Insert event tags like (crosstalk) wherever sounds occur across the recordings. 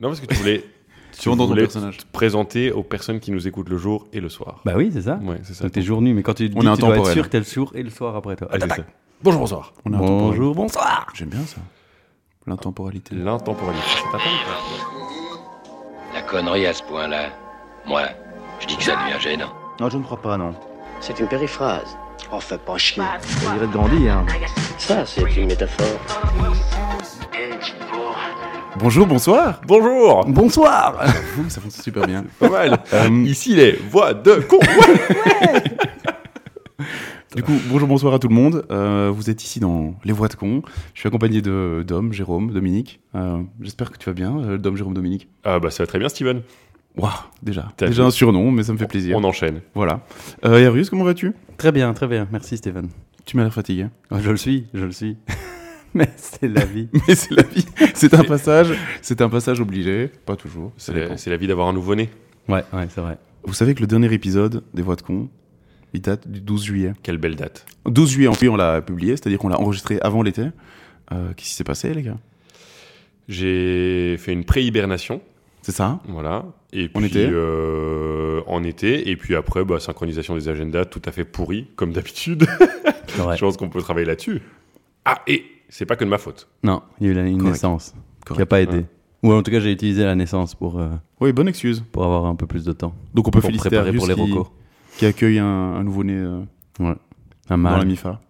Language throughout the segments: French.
Non, parce que tu voulais, tu (laughs) Tu rentres dans ton voulais personnage. te présenter aux personnes qui nous écoutent le jour et le soir. Bah oui, c'est ça. Ouais, c'est ça. Donc t'es jour nu, mais quand tu dis On est que tu dois être intemporel. sûr que t'es le jour et le soir après toi. Ah, c'est ça. Bonjour, bonsoir. On a un temporel. Bonjour, bonsoir. J'aime bien ça. L'intemporalité. L'intemporalité. C'est ta femme, quoi. La connerie à ce point-là, moi, je dis que ça devient gênant. Non, je ne crois pas, non. C'est une périphrase. Enfin, Oh, pas chier. Ça dirait de grandir. hein. Ça, c'est une métaphore. Bonjour, bonsoir. Bonjour Bonsoir. Hum, ça fonctionne super (laughs) bien. Pas mal. Euh, Ici, les voix de (laughs) con. du coup, bonjour, bonsoir à tout le monde. Euh, vous êtes ici dans Les Voix de Con. Je suis accompagné de Dom, Jérôme, Dominique. Euh, J'espère que tu vas bien, euh, Dom, Jérôme, Dominique. Ah, bah, ça va très bien, Steven. Waouh, déjà. T'as Déjà vu. un surnom, mais ça me fait plaisir. On enchaîne. Voilà. Euh, et Arius, comment vas-tu très bien, très bien. (laughs) Merci, Stéphane. Tu m'as l'air fatigué. Ah, je le suis, je le suis. mais c'est la vie. (laughs) Mais c'est la vie. C'est un passage. C'est un passage obligé. Pas toujours. ça dépend. C'est c'est la vie d'avoir un nouveau-né. Ouais, ouais, c'est vrai. Vous savez que le dernier épisode des Voix de Con, il date du 12 juillet. Quelle belle date. 12 juillet, en plus, on l'a publié, c'est-à-dire qu'on l'a enregistré avant l'été. Euh, Qu'est-ce qui s'est passé, les gars J'ai fait une pré-hibernation. C'est ça hein Voilà. Et En puis, été euh, En été. Et puis après, bah, synchronisation des agendas tout à fait pourrie, comme d'habitude. C'est vrai. Je pense qu'on peut travailler là-dessus. Ah, et c'est pas que de ma faute. Non, il y a eu la- une Correct. naissance qui n'a Correct. pas aidé. Ou en tout cas, j'ai utilisé la naissance pour, euh, Oui, bonne excuse. pour avoir un peu plus de temps. Donc on peut pour féliciter préparer Arius pour les qui, recos. qui accueille un, un nouveau-né euh, Un dans la Ah, mal. MIFA.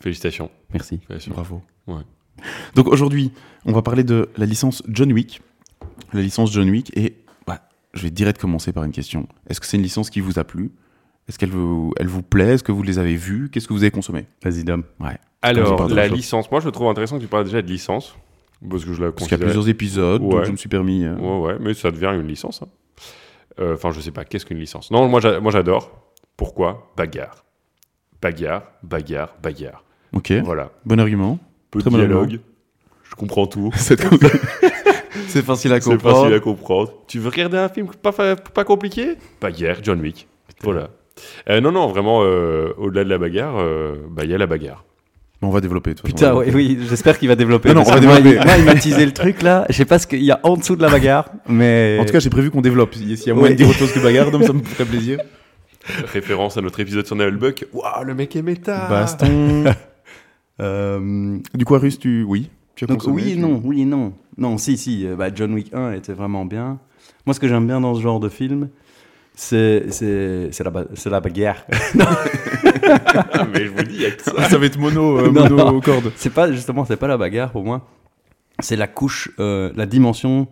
Félicitations. Merci. Félicitations. Bravo. Ouais. Donc aujourd'hui, on va parler de la licence John Wick. La licence John Wick, et bah, je vais direct commencer par une question. Est-ce que c'est une licence qui vous a plu Est-ce qu'elle vous, elle vous plaît Est-ce que vous les avez vues Qu'est-ce que vous avez consommé Vas-y, Dom. Comme ça, Alors, pardon, la je- licence, moi je trouve intéressant que tu parles déjà de licence. Parce que je la Parce qu'il y a considère- plusieurs épisodes, donc Ouais. je me suis permis... euh, Ouais, ouais, mais ça devient une licence. hein. Euh, Enfin, je sais pas, qu'est-ce qu'une licence Non, moi j'a- moi, j'adore. Pourquoi Bagarre. Bagarre, bagarre, bagarre. Ok, Voilà. bon argument. Petit Très bon dialogue. Je comprends tout. (laughs) C'est (laughs) c'est facile à C'est comprendre. facile à comprendre. Tu veux regarder un film pas, fa- pas compliqué Bagarre, John Wick. Voilà. Euh, non, non, vraiment, euh, au-delà de la bagarre, euh, bah, il y a la bagarre. Mais on va développer. de toute façon. Putain, ouais, oui, j'espère qu'il va développer. Non, Ah non, parce on va que moi, développer. il- Moi, il m'a teasé le truc là. Je sais pas ce qu'il y a en dessous de la bagarre, mais. En tout cas, j'ai prévu qu'on développe. S'il y a moyen Ouais. de dire autre chose que bagarre, donc ça me ferait (laughs) plaisir. Référence à notre épisode sur Noël Buck. Waouh, le mec est méta Baston. (laughs) Euh, du coup, Arus, tu. Oui. Tu as donc, consommé, oui et tu- non, oui et non. Non, si, si. euh, bah, John Wick 1 était vraiment bien. Moi, ce que j'aime bien dans ce genre de film, c'est c'est- c'est la, ba- c'est la bagarre. Ah, mais je vous dis, il y a que ça. Ça va être mono, euh, (laughs) Non. mono corde. C'est pas justement, c'est pas la bagarre pour moi. C'est la couche, euh, la dimension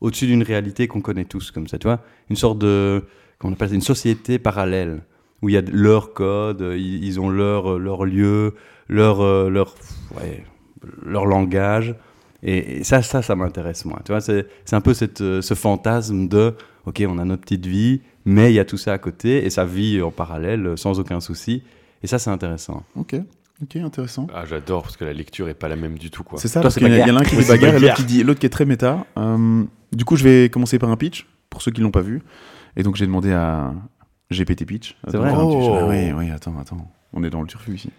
au-dessus d'une réalité qu'on connaît tous, comme ça, tu vois. Une sorte de, comment on appelle ça, une société parallèle où il y a de- leur code, euh, ils, ils ont leur euh, leur lieu, leur euh, leur pff, ouais, leur langage. Et, et ça, ça, ça m'intéresse moi. Tu vois, c'est c'est un peu cette, euh, ce fantasme de, ok, on a notre petite vie, mais il y a tout ça à côté et ça vit en parallèle euh, sans aucun souci. Et ça, c'est intéressant. Ok. Ok, intéressant. Ah, j'adore, parce que la lecture est pas la même du tout, quoi. C'est ça, Toi, parce c'est qu'il y, a- bagarre. il y a l'un qui Oui, dit c'est bagarre et l'autre bagarre. qui, dit- l'autre qui est très méta. Euh, du coup, je vais commencer par un pitch, pour ceux qui l'ont pas vu. Et donc, j'ai demandé à GPT Pitch. C'est Attends, vrai un Oh. pitch. Ah oui, oui, attends, attends. On est dans le turfu ici.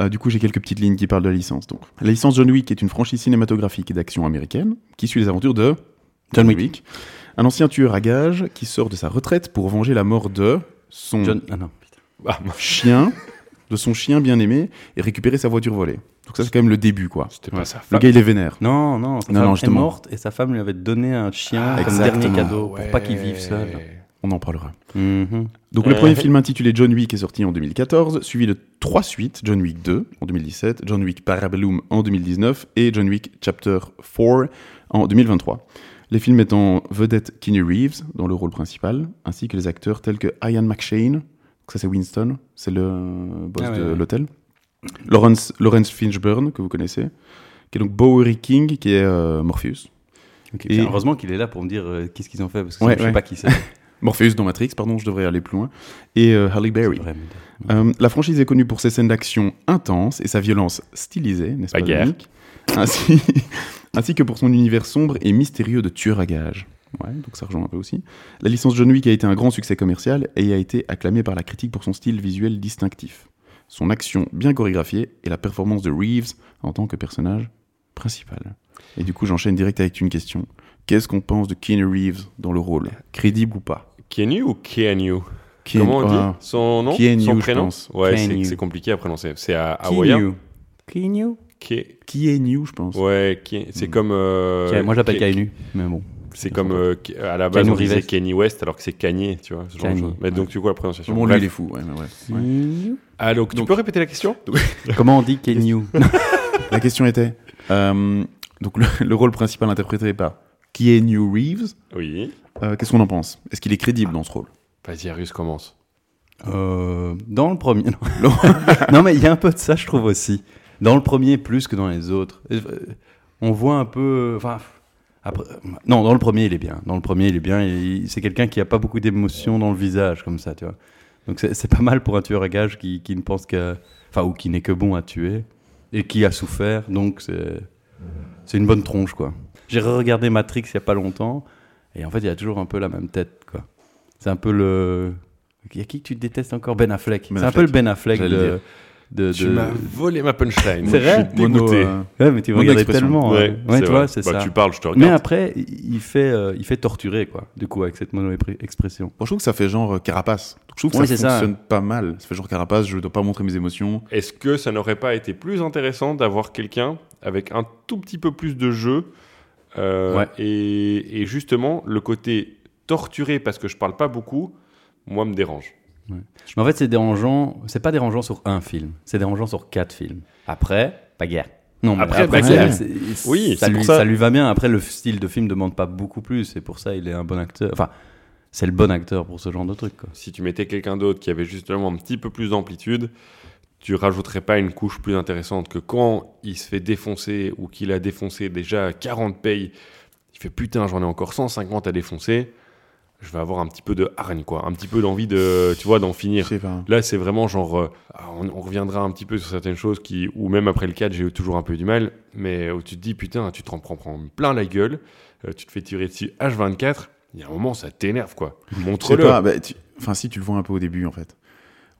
Euh, du coup, j'ai quelques petites lignes qui parlent de la licence. Donc. La licence John Wick est une franchise cinématographique d'action américaine qui suit les aventures de John Wick. Wick, un ancien tueur à gages qui sort de sa retraite pour venger la mort de son John, ah non. Ah, moi, chien, de son chien bien-aimé, et récupérer sa voiture volée. Donc ça, c'est quand même le début, quoi. c'était Ouais. pas ça. Le gars, il est vénère. Non, non, sa Non, non, femme est justement. morte et sa femme lui avait donné un chien Ah, comme exactement. dernier cadeau Ah pour pas qu'il vive seul. On en parlera. Mhm. Donc le premier film intitulé John Wick est sorti en 2014, suivi de trois suites, John Wick 2 en 2017, John Wick Parabellum en 2019 et John Wick Chapter 4 en 2023. Les films mettant en vedette Keanu Reeves dans le rôle principal, ainsi que les acteurs tels que Ian McShane, donc ça c'est Winston, c'est le euh, boss Ah ouais, de ouais. l'hôtel, Lawrence, Lawrence Finchburn que vous connaissez, qui est donc Bowery King qui est euh, Morpheus, Ok, Et- Heureusement qu'il est là pour me dire euh, qu'est-ce qu'ils ont fait parce que Ouais, je sais ouais. pas qui c'est. Morpheus dans Matrix, pardon je devrais aller plus loin, et euh, Halle Berry. Vraiment. Euh, la franchise est connue pour ses scènes d'action intenses et sa violence stylisée, n'est-ce pas Bagarre. Dominique ainsi, (laughs) ainsi que pour son univers sombre et mystérieux de tueur à gages. Ouais, donc ça rejoint un peu aussi. La licence John Wick a été un grand succès commercial et a été acclamée par la critique pour son style visuel distinctif, son action bien chorégraphiée et la performance de Reeves en tant que personnage principal. Et du coup, j'enchaîne direct avec une question. Qu'est-ce qu'on pense de Keanu Reeves dans le rôle Crédible ou pas Keanu ou Keanu Keanu- Comment on dit ah, Son nom Keanu, Son je prénom pense. Ouais, c'est- Keanu. c'est compliqué à prononcer. C'est à hawaïen. Keanu. Keanu. Ke- Keanu, je pense. Ouais, Ke- c'est comme. euh, Moi, je l'appelle Ke- Kainu. Mais bon. C'est comme euh, Ke- à la base Keanu on disait Reeves. Kenny West alors que c'est Kanye, tu vois. ce genre de Kanye, choses. Mais donc tu vois la prononciation. Bon, lui, Bref. il est fou. ouais, mais ouais. Ouais. Keanu. Ah, donc, tu peux répéter la question (laughs) Comment on dit Keanu La question était euh, donc le, (laughs) le rôle principal interprété par Keanu Reeves. Oui. euh, Qu'est-ce qu'on en pense Est-ce qu'il est crédible dans ce rôle Vas-y, Arius commence. Euh, Dans le premier. Non, Non, mais il y a un peu de ça, je trouve aussi. Dans le premier, plus que dans les autres. Euh, On voit un peu. Enfin. Après, non, dans le premier, il est bien. Dans le premier, il est bien. Il- C'est quelqu'un qui a pas beaucoup d'émotions dans le visage, comme ça, tu vois. Donc c'est c'est pas mal pour un tueur à gages qui, qui ne pense que. Enfin, ou qui n'est que bon à tuer. Et qui a souffert. Donc c'est. C'est une bonne tronche, quoi. J'ai regardé Matrix il y a pas longtemps. Et en fait, il a toujours un peu la même tête, quoi. C'est un peu le. Il y a qui que tu détestes encore Ben Affleck. Ben C'est un Affleck. peu le Ben Affleck J'allais le de. dire. de, Tu de- m'as volé ma (laughs) punchline. C'est Je suis vrai Mono, dégoûté. euh, Ouais, mais tu Bonne regardais expression. tellement. hein. Ouais, ouais tu vois, vrai. c'est Bah, ça. Tu parles, je te Mais regarde. après, il fait, euh, il fait torturer, quoi, du coup, avec cette mono-expression. Moi, je trouve que ça fait genre euh, carapace. Donc, je trouve que Ouais, ça c'est ça. fonctionne pas mal. Ça fait genre carapace, je dois pas montrer mes émotions. Est-ce que ça n'aurait pas été plus intéressant d'avoir quelqu'un avec un tout petit peu plus de jeu euh, Ouais. et, et justement le côté torturé parce que je parle pas beaucoup, moi me dérange. Mais en fait, c'est dérangeant. C'est pas dérangeant sur un film, c'est dérangeant sur quatre films. Après, bagarre. Non, mais Après, après, bagarre. c'est- c'est- Oui, ça c'est lui, pour ça. ça lui va bien. Après, le style de film demande pas beaucoup plus, et pour ça, il est un bon acteur. Enfin, c'est le bon acteur pour ce genre de truc, quoi. Si tu mettais quelqu'un d'autre qui avait justement un petit peu plus d'amplitude, tu rajouterais pas une couche plus intéressante que quand il se fait défoncer ou qu'il a défoncé déjà 40 payes, il fait putain, j'en ai encore 150 à défoncer. Je vais avoir un petit peu de hargne, quoi. Un petit peu d'envie de, tu vois, d'en Je finir. sais pas. Là, c'est vraiment genre. euh, ah, on, on reviendra un petit peu sur certaines choses qui, ou même après le 4, j'ai eu toujours un peu du mal, mais où tu te dis, putain, tu t'en prends, prends plein la gueule, euh, tu te fais tirer dessus H24, il y a un moment, ça t'énerve, quoi. Je sais Montre-le. pas. bah, tu- Enfin, si, tu le vois un peu au début, en fait.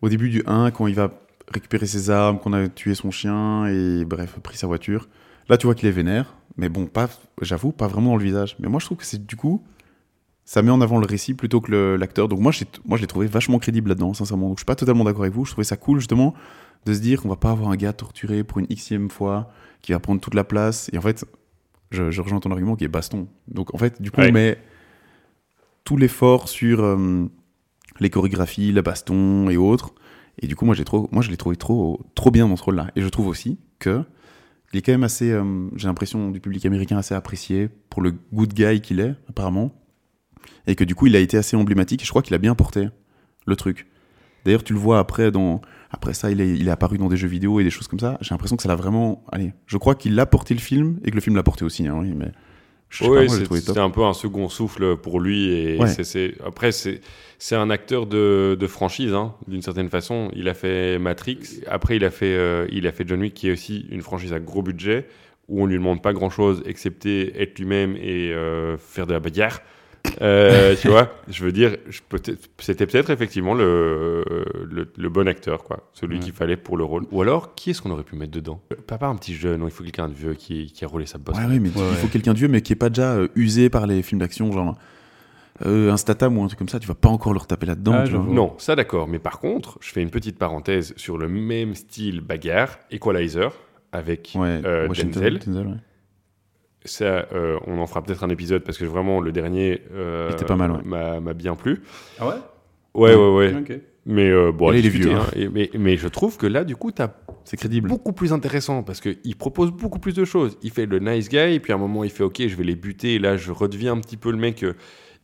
Au début du 1, quand il va récupérer ses armes, qu'on a tué son chien et bref, pris sa voiture. Là, tu vois qu'il est vénère, mais bon, pas, j'avoue, pas vraiment dans le visage. Mais moi, je trouve que c'est du coup, ça met en avant le récit plutôt que le- l'acteur. Donc moi, j'ai- moi, je l'ai trouvé vachement crédible là-dedans, sincèrement. Donc je suis pas totalement d'accord avec vous. Je trouvais ça cool justement de se dire qu'on va pas avoir un gars torturé pour une xème fois qui va prendre toute la place. Et en fait, je, je rejoins ton argument qui est baston. Donc en fait, du coup, Ouais. on met tout l'effort sur euh, les chorégraphies, la baston et autres. Et du coup, moi, j'ai trop, moi, je l'ai trouvé trop, trop bien dans ce rôle-là. Et je trouve aussi que il est quand même assez, euh, j'ai l'impression du public américain assez apprécié pour le good guy qu'il est apparemment, et que du coup, il a été assez emblématique. Et je crois qu'il a bien porté le truc. D'ailleurs, tu le vois après dans, après ça, il est, il est apparu dans des jeux vidéo et des choses comme ça. J'ai l'impression que ça l'a vraiment, allez, je crois qu'il a porté le film et que le film l'a porté aussi. hein, oui, mais je sais pas, Ouais, moi, j'ai c'est- trouvé top. c'était un peu un second souffle pour lui. Et Ouais. c'est- c'est- après, c'est c'est un acteur de, de franchise, hein, d'une certaine façon. Il a fait Matrix. Après, il a fait, euh, il a fait John Wick, qui est aussi une franchise à gros budget, où on lui demande pas grand-chose, excepté être lui-même et euh, faire de la bagarre. (laughs) Euh, tu vois, je veux dire, je peux- c'était peut-être effectivement le, le, le bon acteur, quoi, celui Ouais. qu'il fallait pour le rôle. Ou alors, qui est-ce qu'on aurait pu mettre dedans Papa, un petit jeune, ou il faut quelqu'un de vieux qui, qui a roulé sa bosse. Ouais, ouais, mais Ouais, il faut ouais. quelqu'un de vieux, mais qui est pas déjà euh, usé par les films d'action, genre euh, Instatam ou un truc comme ça. Tu vas pas encore leur taper là-dedans. Ah, tu je vois. vois. Non, ça d'accord, mais par contre, je fais une petite parenthèse sur le même style bagarre, Equalizer, avec Ouais, euh, Washington, Denzel. Denzel, ouais. Ça, euh, on en fera peut-être un épisode parce que vraiment, le dernier euh, Il était pas mal, ouais. m'a m'a bien plu. Ah ouais Ouais, ouais, ouais. Ok. Mais euh, bon, Et là, à il est discuter, vieux, hein. Et- mais, mais je trouve que là, du coup, t'as C'est crédible. beaucoup plus intéressant parce qu'il propose beaucoup plus de choses. Il fait le nice guy, et puis à un moment, il fait OK, je vais les buter. Et là, je redeviens un petit peu le mec euh,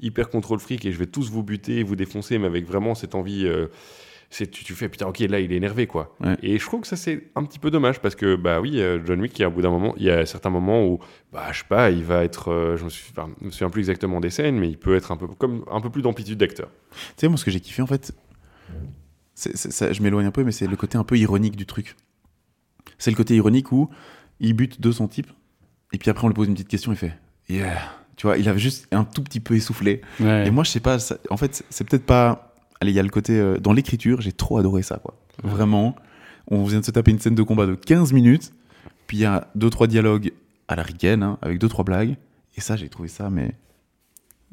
hyper contrôle fric et je vais tous vous buter, vous défoncer, mais avec vraiment cette envie. euh, c'est, tu, tu fais putain, OK, là, il est énervé, quoi. Ouais. Et je trouve que ça, c'est un petit peu dommage parce que, bah oui, euh, John Wick, il y a un bout d'un moment, il y a certains moments où, bah, je sais pas, il va être. euh, je me, suis, enfin, je me souviens plus exactement des scènes, mais il peut être un peu, comme, un peu plus d'amplitude d'acteur. Tu sais, moi, ce que j'ai kiffé, en fait, c'est- c'est- ça- je m'éloigne un peu, mais c'est le côté un peu ironique du truc. C'est le côté ironique où il bute 200 types, et puis après, on lui pose une petite question, il fait Yeah. Tu vois, il avait juste un tout petit peu essoufflé. Ouais. Et moi, je sais pas, ça- en fait, c'est peut-être pas. Allez, il y a le côté. euh, dans l'écriture, j'ai trop adoré ça, quoi. Vraiment. On vient de se taper une scène de combat de 15 minutes, puis il y a 2-3 dialogues à la ricaine, hein, avec 2-3 blagues, Et ça, j'ai trouvé ça, mais.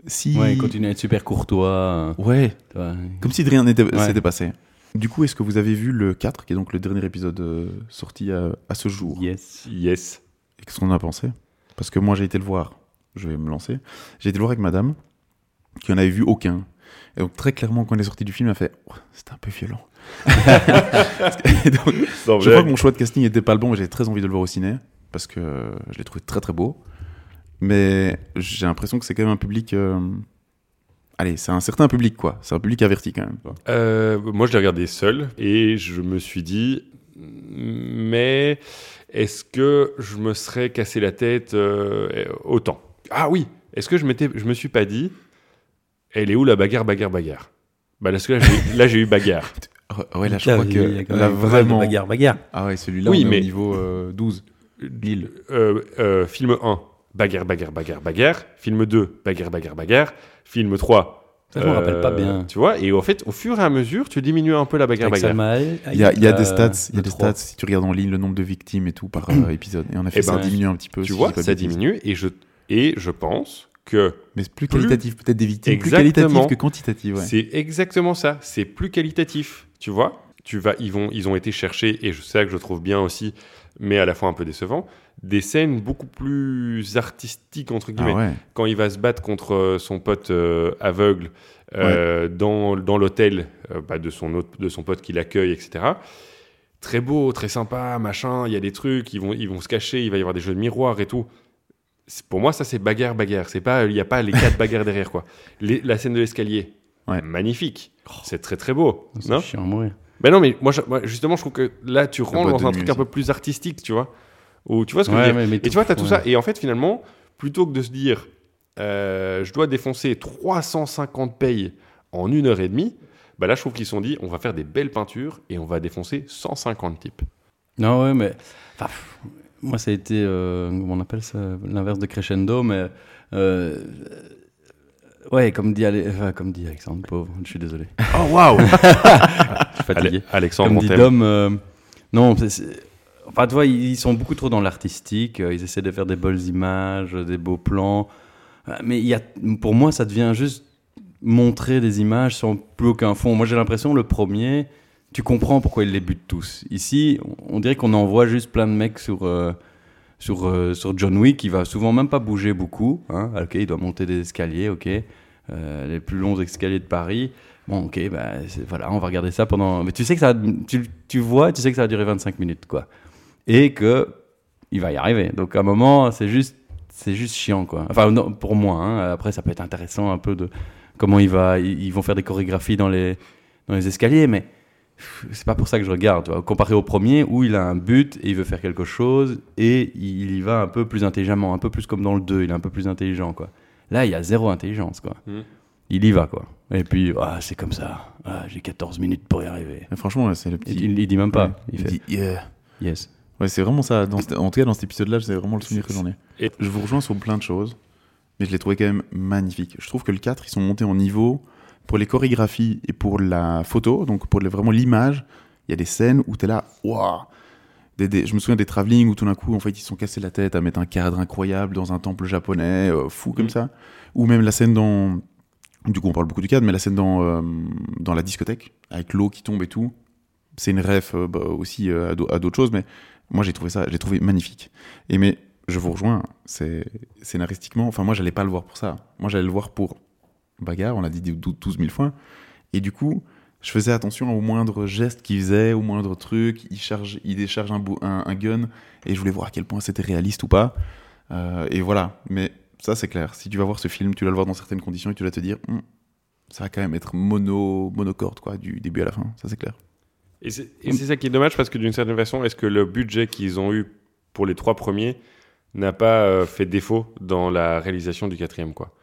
Si. Ouais, il continue à être super courtois. euh, hein. Ouais, tu vois. comme si de rien n'était Ouais. s'était passé. Du coup, est-ce que vous avez vu le 4, qui est donc le dernier épisode euh, sorti à, à ce jour Yes. Yes. Et qu'est-ce qu'on en a pensé Parce que moi, j'ai été le voir. Je vais me lancer. J'ai été le voir avec madame, qui en avait vu aucun. Et donc, très clairement, quand elle est sortie du film, elle a fait Oh, C'était un peu violent. (laughs) Et donc, je crois que mon choix de casting n'était pas le bon. J'ai très envie de le voir au ciné, parce que euh, je l'ai trouvé très très beau. Mais j'ai l'impression que c'est quand même un public. euh, Allez, c'est un certain public, quoi. C'est un public averti, quand même. Euh, moi, je l'ai regardé seul et je me suis dit, mais est-ce que je me serais cassé la tête euh, autant Ah oui, est-ce que je, m'étais- je me suis pas dit, elle est où la bagarre, bagarre, bagarre bah, parce que là, j'ai- là, j'ai eu (laughs) bagarre. Ah ouais, là, je Là, crois il que. y a quand même Là, pas mal de vraiment. Bagarre, bagarre. Ah ouais, celui-là, Oui, on est mais- au niveau euh, 12. Lille. Euh, euh, film 1, bagarre, bagarre, bagarre, bagarre. Film 2, bagarre, bagarre, bagarre. Film 3. Ça, je m'en rappelle pas bien. Tu vois, et en fait, au fur et à mesure, tu diminues un peu la bagarre, Avec bagarre. Salma Hayek, Il y a, il y a euh, des stats, il y a le des trois. Mm. stats, si tu regardes en ligne le nombre de victimes et tout par euh, épisode. Et en effet, Eh ça ben, diminue un petit peu. Tu si vois, je dis pas ça de bêtises. diminue, et je, et je pense que Mais c'est plus Plus- qualitatif, peut-être des victimes plus Exactement. qualitatives que quantitatives. Ouais. C'est exactement ça. C'est plus qualitatif, tu vois. Tu vas, ils vont, ils ont été chercher et je sais que je trouve bien aussi, mais à la fois un peu décevant, des scènes beaucoup plus artistiques entre Ah guillemets. ouais. Quand il va se battre contre euh, son pote euh, aveugle euh, dans, dans l'hôtel euh, bah, de son autre, de son pote qui l'accueille, etc. Très beau, très sympa, machin. Il y a des trucs, ils vont, ils vont se cacher, il va y avoir des jeux de miroir et tout. C'est- Pour moi, ça c'est bagarre, bagarre. C'est pas, il n'y a pas les quatre bagarres derrière quoi. Les- la scène de l'escalier, Ouais. magnifique. C'est très très beau. Oh, C'est Non chiant à mourir. Ben non, mais moi, je- moi, justement, je trouve que là, tu rentres boîte dans de un nuit, truc ça. un peu plus artistique, tu vois. Ou tu vois ce que je veux Ouais, dire. ouais, mais Et tu vois, t'as tout ouais. ça. Et en fait, finalement, plutôt que de se dire, euh, je dois défoncer 350 payes en une heure et demie, bah là, je trouve qu'ils se sont dit, on va faire des belles peintures et on va défoncer 150 types. Non, ouais, mais. enfin, pff, moi, ça a été. euh, comment on appelle ça L'inverse de crescendo, mais. euh, ouais, comme dit, Ale- enfin, comme dit Alexandre, pauvre, je suis désolé. Ah, Oh waouh Je suis fatigué. Ale- Alexandre, Comme on dit t'aime. Dom, euh, non, c'est- c'est- enfin, tu vois, ils ils sont beaucoup trop dans l'artistique, euh, ils essaient de faire des belles images, euh, des beaux plans, Euh, mais il y a, pour moi, ça devient juste montrer des images sans plus aucun fond. Moi, j'ai l'impression, le premier, tu comprends pourquoi ils les butent tous. Ici, on- on dirait qu'on envoie juste plein de mecs sur... euh, sur, euh, sur John Wick, il va souvent même pas bouger beaucoup. Hein. Ok, il doit monter des escaliers, ok. Euh, les plus longs escaliers de Paris. Bon, ok, bah, c'est- voilà, on va regarder ça pendant. Mais tu sais que ça, tu, tu vois, tu sais que ça va durer 25 minutes, quoi. Et que il va y arriver. Donc à un moment, c'est juste, c'est juste chiant, quoi. Enfin, non, pour moi. hein. Après, ça peut être intéressant un peu de comment il va, ils ils vont faire des chorégraphies dans les dans les escaliers, mais pff, c'est pas pour ça que je regarde. tu vois. Comparé au premier, où il a un but et il veut faire quelque chose et il y va un peu plus intelligemment, un peu plus comme dans le 2, il est un peu plus intelligent, quoi. Là, il y a zéro intelligence, quoi. Mhm. Il y va, quoi. Et puis, ah, c'est comme ça. Ah, J'ai 14 minutes pour y arriver. Franchement, ouais, c'est le petit. Il, il- il dit même pas. Ouais, Il il fait dit, yeah. yes. Ouais, c'est vraiment ça. Dans ce- En tout cas, dans cet épisode-là, c'est vraiment le souvenir que j'en ai. Et- Je vous rejoins sur plein de choses, mais je l'ai trouvé quand même magnifique. Je trouve que le 4, ils sont montés en niveau pour les chorégraphies et pour la photo, donc pour les- vraiment l'image. Il y a des scènes où tu es là, waouh Des- des- Je me souviens des travelling où tout d'un coup, en fait, ils se sont cassés la tête à mettre un cadre incroyable dans un temple japonais, euh, fou comme Mhm. ça. Ou même la scène dans. Du coup, on parle beaucoup du cadre, mais la scène dans, euh, dans la discothèque, avec l'eau qui tombe et tout. C'est une ref euh, bah, aussi euh, à d'au- à d'autres choses, mais moi, j'ai trouvé ça, j'ai trouvé magnifique. Et mais je vous rejoins, c'est scénaristiquement, enfin moi j'allais pas le voir pour ça. Moi j'allais le voir pour bagarre, on l'a dit dou- 12 000 fois. Et du coup, je faisais attention au moindre geste qu'il faisait, au moindre truc, il, charge, il décharge un, bou- un, un gun, et je voulais voir à quel point c'était réaliste ou pas. Euh, et voilà, mais ça c'est clair, si tu vas voir ce film, tu vas le voir dans certaines conditions et tu vas te dire, Hum, ça va quand même être mono, monocorde quoi, du début à la fin, ça c'est clair. Et c'est et c'est ça qui est dommage parce que d'une certaine façon, est-ce que le budget qu'ils ont eu pour les trois premiers n'a pas euh, fait défaut dans la réalisation du quatrième quoi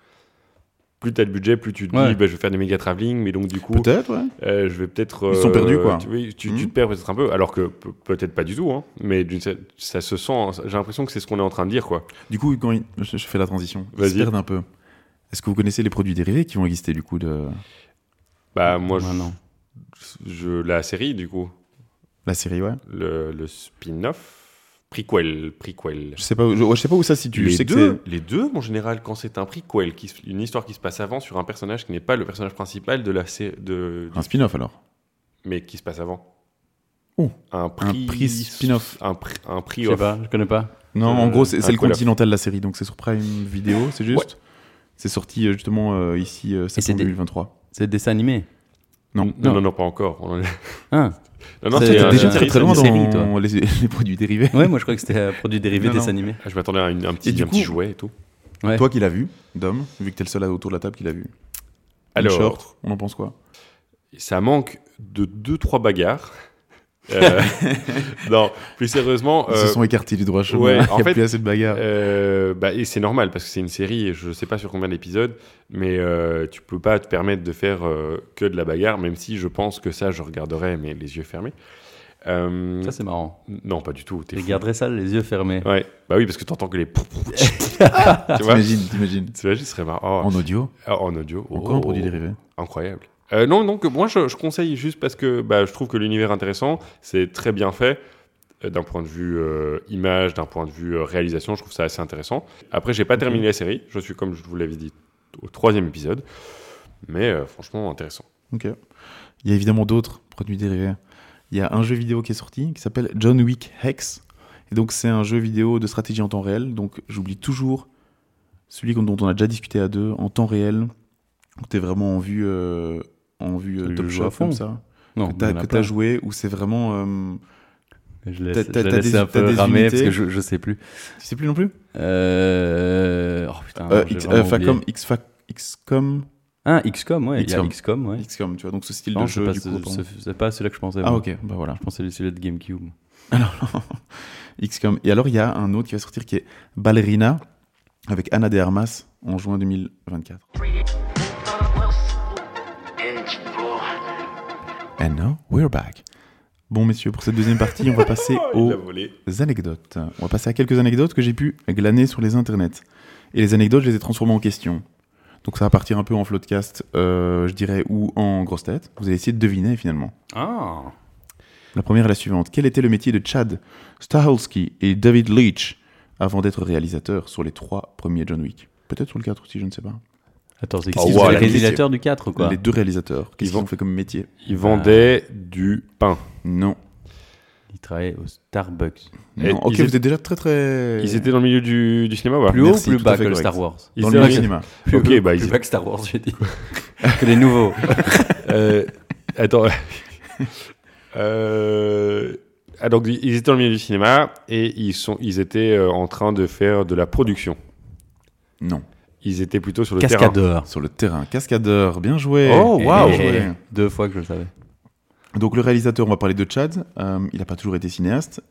plus t'as de budget, plus tu te dis Ouais. bah, je vais faire des méga travelling, mais donc du coup Peut-être, ouais. euh, je vais peut-être euh, Ils sont perdus, quoi. Tu, oui, tu- Mhm. tu te perds peut-être un peu, alors que pe- peut-être pas du tout, hein, mais d'une cer- ça se sent. hein, J'ai l'impression que c'est ce qu'on est en train de dire quoi. Du coup, quand il- je, je fais la transition, ils se Vas-y. perdent un peu. Est-ce que vous connaissez les produits dérivés qui vont exister du coup de Bah moi je- Ouais, non. je, la série du coup, la série ouais le, le spin-off Prequel, prequel. Je sais pas, où- je, ouais, je sais pas où ça se situe. Je Les sais que deux, les deux, en général, quand c'est un prequel, qui, se- une histoire qui se passe avant sur un personnage qui n'est pas le personnage principal de la sé- de, c'est un spin-off alors. mais qui se passe avant. Oh. un prix, prix spin-off. un, pr- un prix Je sais off. pas, je connais pas. Non, en Euh, gros, c'est un c'est le collab. continental de la série, donc c'est sur Prime Vidéo, c'est juste. C'est sorti euh, justement euh, ici euh, c'est septembre des- 2023. C'est dessin animé. Non. Non, Non. non, non, pas encore. On en est- (laughs) Ah, Non, non, C'est- c'est t'es un- déjà euh, très très une loin dans série, toi. les, les produits dérivés. (laughs) ouais, moi je crois que c'était un produit dérivé Non, non. dessin animé. Ah, Je m'attendais à une- un, petit, Et du un petit coup- jouet et tout. Ouais. Toi qui l'as vu, Dom, vu que t'es le seul autour de la table qui l'a vu. Alors, Une short, on en pense quoi ça manque de 2-3 bagarres. (laughs) Euh, non, plus sérieusement, Ils euh, se sont écartés du droit chemin. ouais, en Il n'y a fait, plus assez de bagarres. euh, bah, et c'est normal parce que c'est une série et je sais pas sur combien d'épisodes, mais euh, tu peux pas te permettre de faire euh, que de la bagarre, même si je pense que ça, je regarderais, mais les yeux fermés. Euh, Ça c'est marrant. non, pas du tout. t'es Je fou. regarderais ça les yeux fermés. Ouais, bah oui, parce que t'entends que (laughs) les. (laughs) tu vois T'imagines, t'imagines. C'est vrai, ce serait marrant. Oh, En audio, ah, en audio. oh. encore un produit dérivé. Incroyable. Euh, non, donc moi je, je conseille juste parce que bah, je trouve que l'univers est intéressant, c'est très bien fait euh, d'un point de vue euh, image, d'un point de vue euh, réalisation, je trouve ça assez intéressant. Après, j'ai pas terminé la série, je suis comme je vous l'avais dit au troisième épisode, mais euh, franchement intéressant. Ok. Il y a évidemment d'autres produits dérivés. Il y a un jeu vidéo qui est sorti qui s'appelle John Wick Hex. Et donc, c'est un jeu vidéo de stratégie en temps réel. Donc, j'oublie toujours celui dont- dont on a déjà discuté à deux, en temps réel. Donc, t'es vraiment en vue, euh, en vue euh, Tu top joues à shot fond. comme ça. Non, que t'as- il y en a que plein. t'as joué, où c'est vraiment. euh, Je laisse, t'as- t'as je des- laisse t'as un peu des ramer parce unités. que je, je sais plus. Tu sais plus non plus Euh... Oh putain, Euh, j'ai X- vraiment euh, Facom, oublié. X- Fac- XCOM. Ah, XCOM, ouais. XCOM. XCOM, XCOM ouais. XCOM, tu vois, donc ce style Non, de c'est jeu, pas, du coup. ce- pardon. ce- c'est pas celui que je pensais. Ah, moi. ok, bah voilà. Je pensais celui de GameCube. XCOM. Et alors, il y a un autre qui va sortir qui est Ballerina avec Anna de Armas en juin 2024. And now we're back. Oh, Bon, messieurs, pour cette deuxième partie, (laughs) on va passer aux volé. anecdotes. On va passer à quelques anecdotes que j'ai pu glaner sur les internets. Et les anecdotes, je les ai transformées en questions. Donc ça va partir un peu en floodcast, euh, je dirais, ou en grosse tête. Vous allez essayer de deviner finalement. Ah La première est la suivante. Quel était le métier de Chad Stahelski et David Leitch avant d'être réalisateur sur les trois premiers John Wick Peut-être sur le 4 aussi, je ne sais pas. Attends, c'est Qu'est-ce qui qu'ils ont le fait les réalisateur du 4 ou quoi Les deux réalisateurs, Ils qu'est-ce qu'ils vont- ont fait comme métier Ils vendaient du pain. Non. Il travaillait au Starbucks. Et Non. Ok, ils vous étaient- êtes déjà très très. Ils étaient dans le milieu du, du cinéma, ou pas Plus haut ou merci, plus tout à bas fait que le correct. Star Wars Ils dans étaient le dans- cinéma. Plus, Ok, haut- bah, plus ils- bas que Star Wars, j'ai dit. que les nouveaux. Euh, attends. (laughs) Euh, ah, donc, ils étaient dans le milieu du cinéma et ils, sont, ils étaient euh, en train de faire de la production. Non. Ils étaient plutôt sur le Cascadeur. Sur le terrain. Cascadeur, bien Eh, joué. Oh, waouh. Bien joué. Deux fois que je le savais. Donc le réalisateur, on va parler de Chad. Euh, il n'a pas toujours été cinéaste.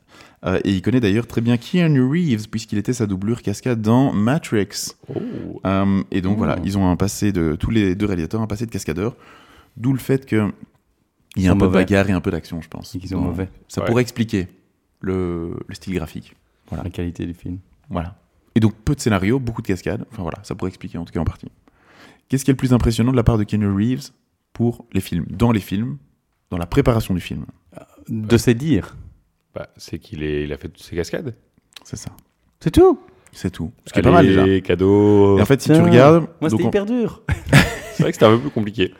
Euh, et il connaît d'ailleurs très bien Keanu Reeves, puisqu'il était sa doublure cascade dans Matrix. terrain. Oh. Euh, et donc Mmh. voilà, ils ont un passé de tous les deux réalisateurs, un passé de cascadeur, d'où le fait que il y Ils a un sont peu de mauvais. bagarre et un peu d'action, je pense. C'est qu'ils sont Dans- mauvais. Ça Ouais. pourrait expliquer le, le style graphique. La qualité du film. Voilà. Et donc peu de scénarios, beaucoup de cascades. Enfin voilà, ça pourrait expliquer en tout cas en partie. Qu'est-ce qui est le plus impressionnant de la part de Keanu Reeves pour les films, dans les films, dans la préparation du film De ses dires. Bah, c'est qu'il est- il a fait toutes ces cascades. C'est ça. C'est tout. C'est tout. Ce qui est pas mal déjà. Les cadeaux. Et en fait, si tu Tiens, regardes, Moi, donc, c'était on- hyper dur. C'est vrai que c'était un peu plus compliqué.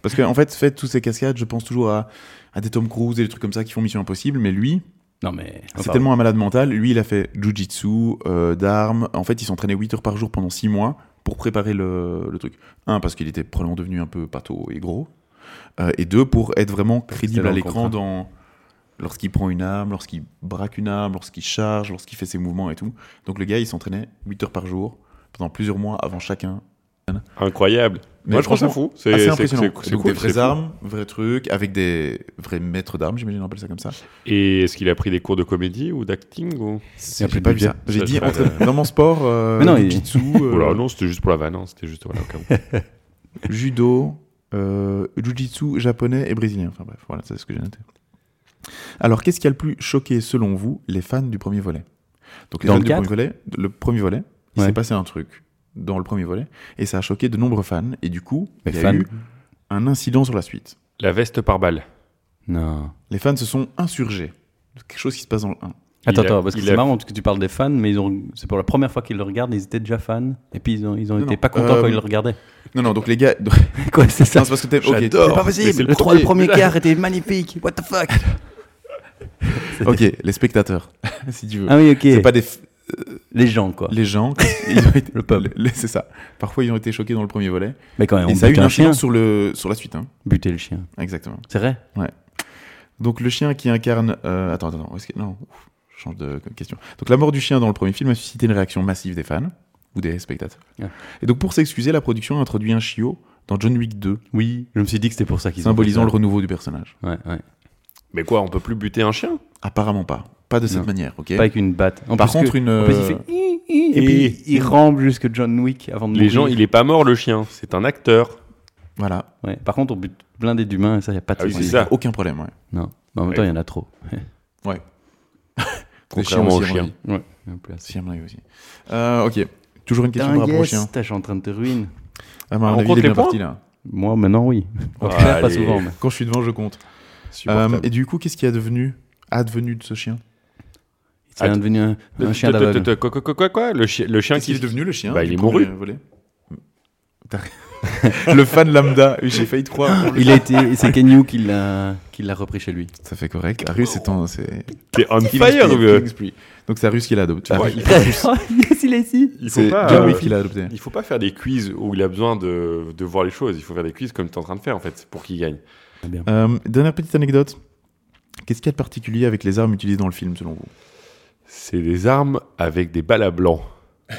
Parce qu'en en fait, faites tous ces cascades, je pense toujours à, à des Tom Cruise et des trucs comme ça qui font Mission Impossible, mais lui, Non, mais. Ah, c'est enfin, tellement un malade mental. Lui, il a fait jujitsu, euh, d'armes. En fait, il s'entraînait 8 heures par jour pendant 6 mois pour préparer le, le truc. Un, parce qu'il était probablement devenu un peu pâteau et gros. Euh, et deux, pour être vraiment crédible dans à le l'écran contrat. dans lorsqu'il prend une arme, lorsqu'il braque une arme, lorsqu'il charge, lorsqu'il fait ses mouvements et tout. Donc le gars, il s'entraînait 8 heures par jour pendant plusieurs mois avant chacun. Incroyable. Mais Moi, je trouve ça franchement, fou. C'est assez c'est- impressionnant. c'est- c'est Donc cool, des c'est vraies fou. armes, vrais trucs, avec des vrais maîtres d'armes, j'imagine on appelle ça comme ça. Et est-ce qu'il a pris des cours de comédie ou d'acting ou... Il y a plus J'ai de pas vu budget. ça. J'ai Ça, dit je sais pas. entraîne- dans mon sport, euh, (laughs) Mais non, il- (laughs) jitsu, Oula, non, c'était juste pour la vanne. hein. C'était juste voilà, au cas (laughs) où. judo, euh, jujitsu japonais et brésilien. Enfin bref, voilà, c'est ce que j'ai noté. Alors, qu'est-ce qui a le plus choqué selon vous les fans du premier volet Donc les Dans fans le du quatre premier volet, le premier volet, il Ouais. s'est passé un truc dans le premier volet et ça a choqué de nombreux fans et du coup, Les il y a fans. eu un incident sur la suite. La veste par balle. Non. Les fans se sont insurgés de quelque chose qui se passe dans le 1. Attends, Il a- attends, parce que il c'est a- marrant parce que tu parles des fans, mais ils ont, c'est pour la première fois qu'ils le regardent, ils étaient déjà fans, et puis ils ont, ils ont Non, été non, pas contents euh, quand ils le regardaient. (laughs) Non, non, donc les gars. (laughs) Non, Quoi, c'est ça c'est parce que t'es. ok, J'adore. c'est pas possible. Mais c'est le trois- premier. quart était magnifique, what the fuck Ok, les spectateurs, (laughs) si tu veux. Ah oui, ok, C'est pas des. f- les gens quoi. Les gens. (laughs) ils ont été- Le peuple. les- C'est ça. Parfois, ils ont été choqués dans le premier volet. Mais quand même, Et on ça a eu bute une un chien, influence sur, le... sur la suite. Hein. buter le chien, Exactement. c'est vrai Donc le chien qui incarne... euh, attends, attends, attends, où est-ce que- non, ouf, je change de question. Donc la mort du chien dans le premier film a suscité une réaction massive des fans ou des spectateurs. Ah. Et donc pour s'excuser, la production a introduit un chiot dans John Wick 2, Oui, je me suis dit que c'était pour ça qu'ils ont symbolisant le fait renouveau du personnage. ça. Ouais, ouais. Mais quoi, on peut plus buter un chien Apparemment pas. Pas de cette Non. manière, ok Pas avec une batte. En Par plus contre, que- une... en plus, il fait euh, hi, hi, et puis il rampe jusque John Wick avant de Les gens, mourir. il est pas mort le chien, c'est un acteur. Voilà, Ouais. Par contre, on bute plein des d'humains, et ça, y a pas de Ah oui, souci. c'est ça. aucun problème, ouais. Non, mais en même temps, il y en a trop. Contrairement au chien. (laughs) Ouais. Si, à mon avis aussi. Euh, ok, toujours une question par rapport au chien. je suis en train de te ruiner. Ah, mais à On mon avis, compte il est les bien points parti, là. Moi, maintenant, oui. (laughs) En tout Ah, cas, pas allez. souvent. mais- Quand je suis devant, je compte. Supportable. Euh, et du coup, qu'est-ce qui a devenu, advenu de ce chien C'est Attends. devenu un, un chien Te- te- te- d'aveugle. te- Quoi, quoi, quoi, quoi, quoi Le chien, le chien Qu'est-ce qui qu'il est devenu le chien Bah, du il est coup, mouru. euh, volé (laughs) le fan lambda, j'ai failli te croire. Il a été, c'est Kenyu qui l'a, qui l'a repris chez lui. Ça fait correct. Arus est en. C'est... T'es on King's fire, euh, Plea, vieux. King's Plea. Donc euh, c'est Arus qui l'a adopté. Tu vois, Arus- il (laughs) yes, il est ici. Il faut c'est pas. John euh, Wick qui l'a adopté. Il faut pas faire des quiz où il a besoin de, de voir les choses. Il faut faire des quiz comme tu es en train de faire, en fait, pour qu'il gagne. Euh, dernière petite anecdote. Qu'est-ce qu'il y a de particulier avec les armes utilisées dans le film selon vous C'est des armes avec des balles à blanc. (laughs)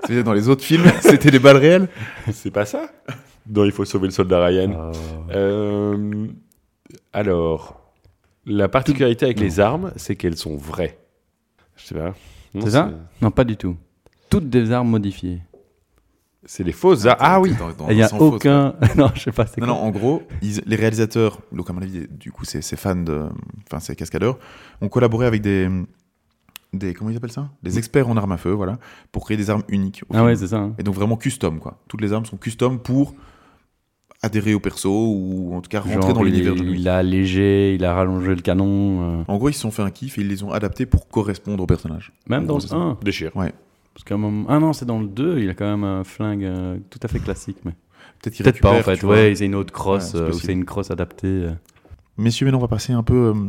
C'est-à-dire dans les autres films, c'était des balles réelles C'est pas ça Non, il faut sauver le soldat Ryan. Ah. Euh, alors, la particularité avec les armes, c'est qu'elles sont vraies. Je sais pas. Non, C'est ça Non, pas du tout. Toutes des armes modifiées. C'est des fausses armes. Ah oui Dans- dans- Il n'y a sans faute, hein. quoi. aucun. (laughs) non, je sais pas. C'est Non, non, quoi. en gros, ils- les réalisateurs, donc à mon avis, du coup, ces ces fans, de, enfin, ces cascadeurs, ont collaboré avec des, des, comment ils appellent ça Des experts en armes à feu, voilà, pour créer des armes uniques. au Ah film. ouais, c'est ça. hein. Et donc vraiment custom, quoi. Toutes les armes sont custom pour adhérer au perso ou en tout cas rentrer Genre, dans il- l'univers de lui. Il a allégé, il a rallongé le canon. euh, En gros, ils se sont fait un kiff et ils les ont adaptés pour correspondre au personnage. Même dans C'est le ça. 1. Déchire. Parce qu'à un moment- Ah non, c'est dans le 2, il a quand même un flingue euh, tout à fait classique. Mais... Peut-être qu'ils Peut-être pas en récupèrent, fait, tu vois. ouais, c'est une autre crosse, Ouais, c'est euh, ou possible. c'est une crosse adaptée. euh. Messieurs, maintenant, on va passer un peu euh,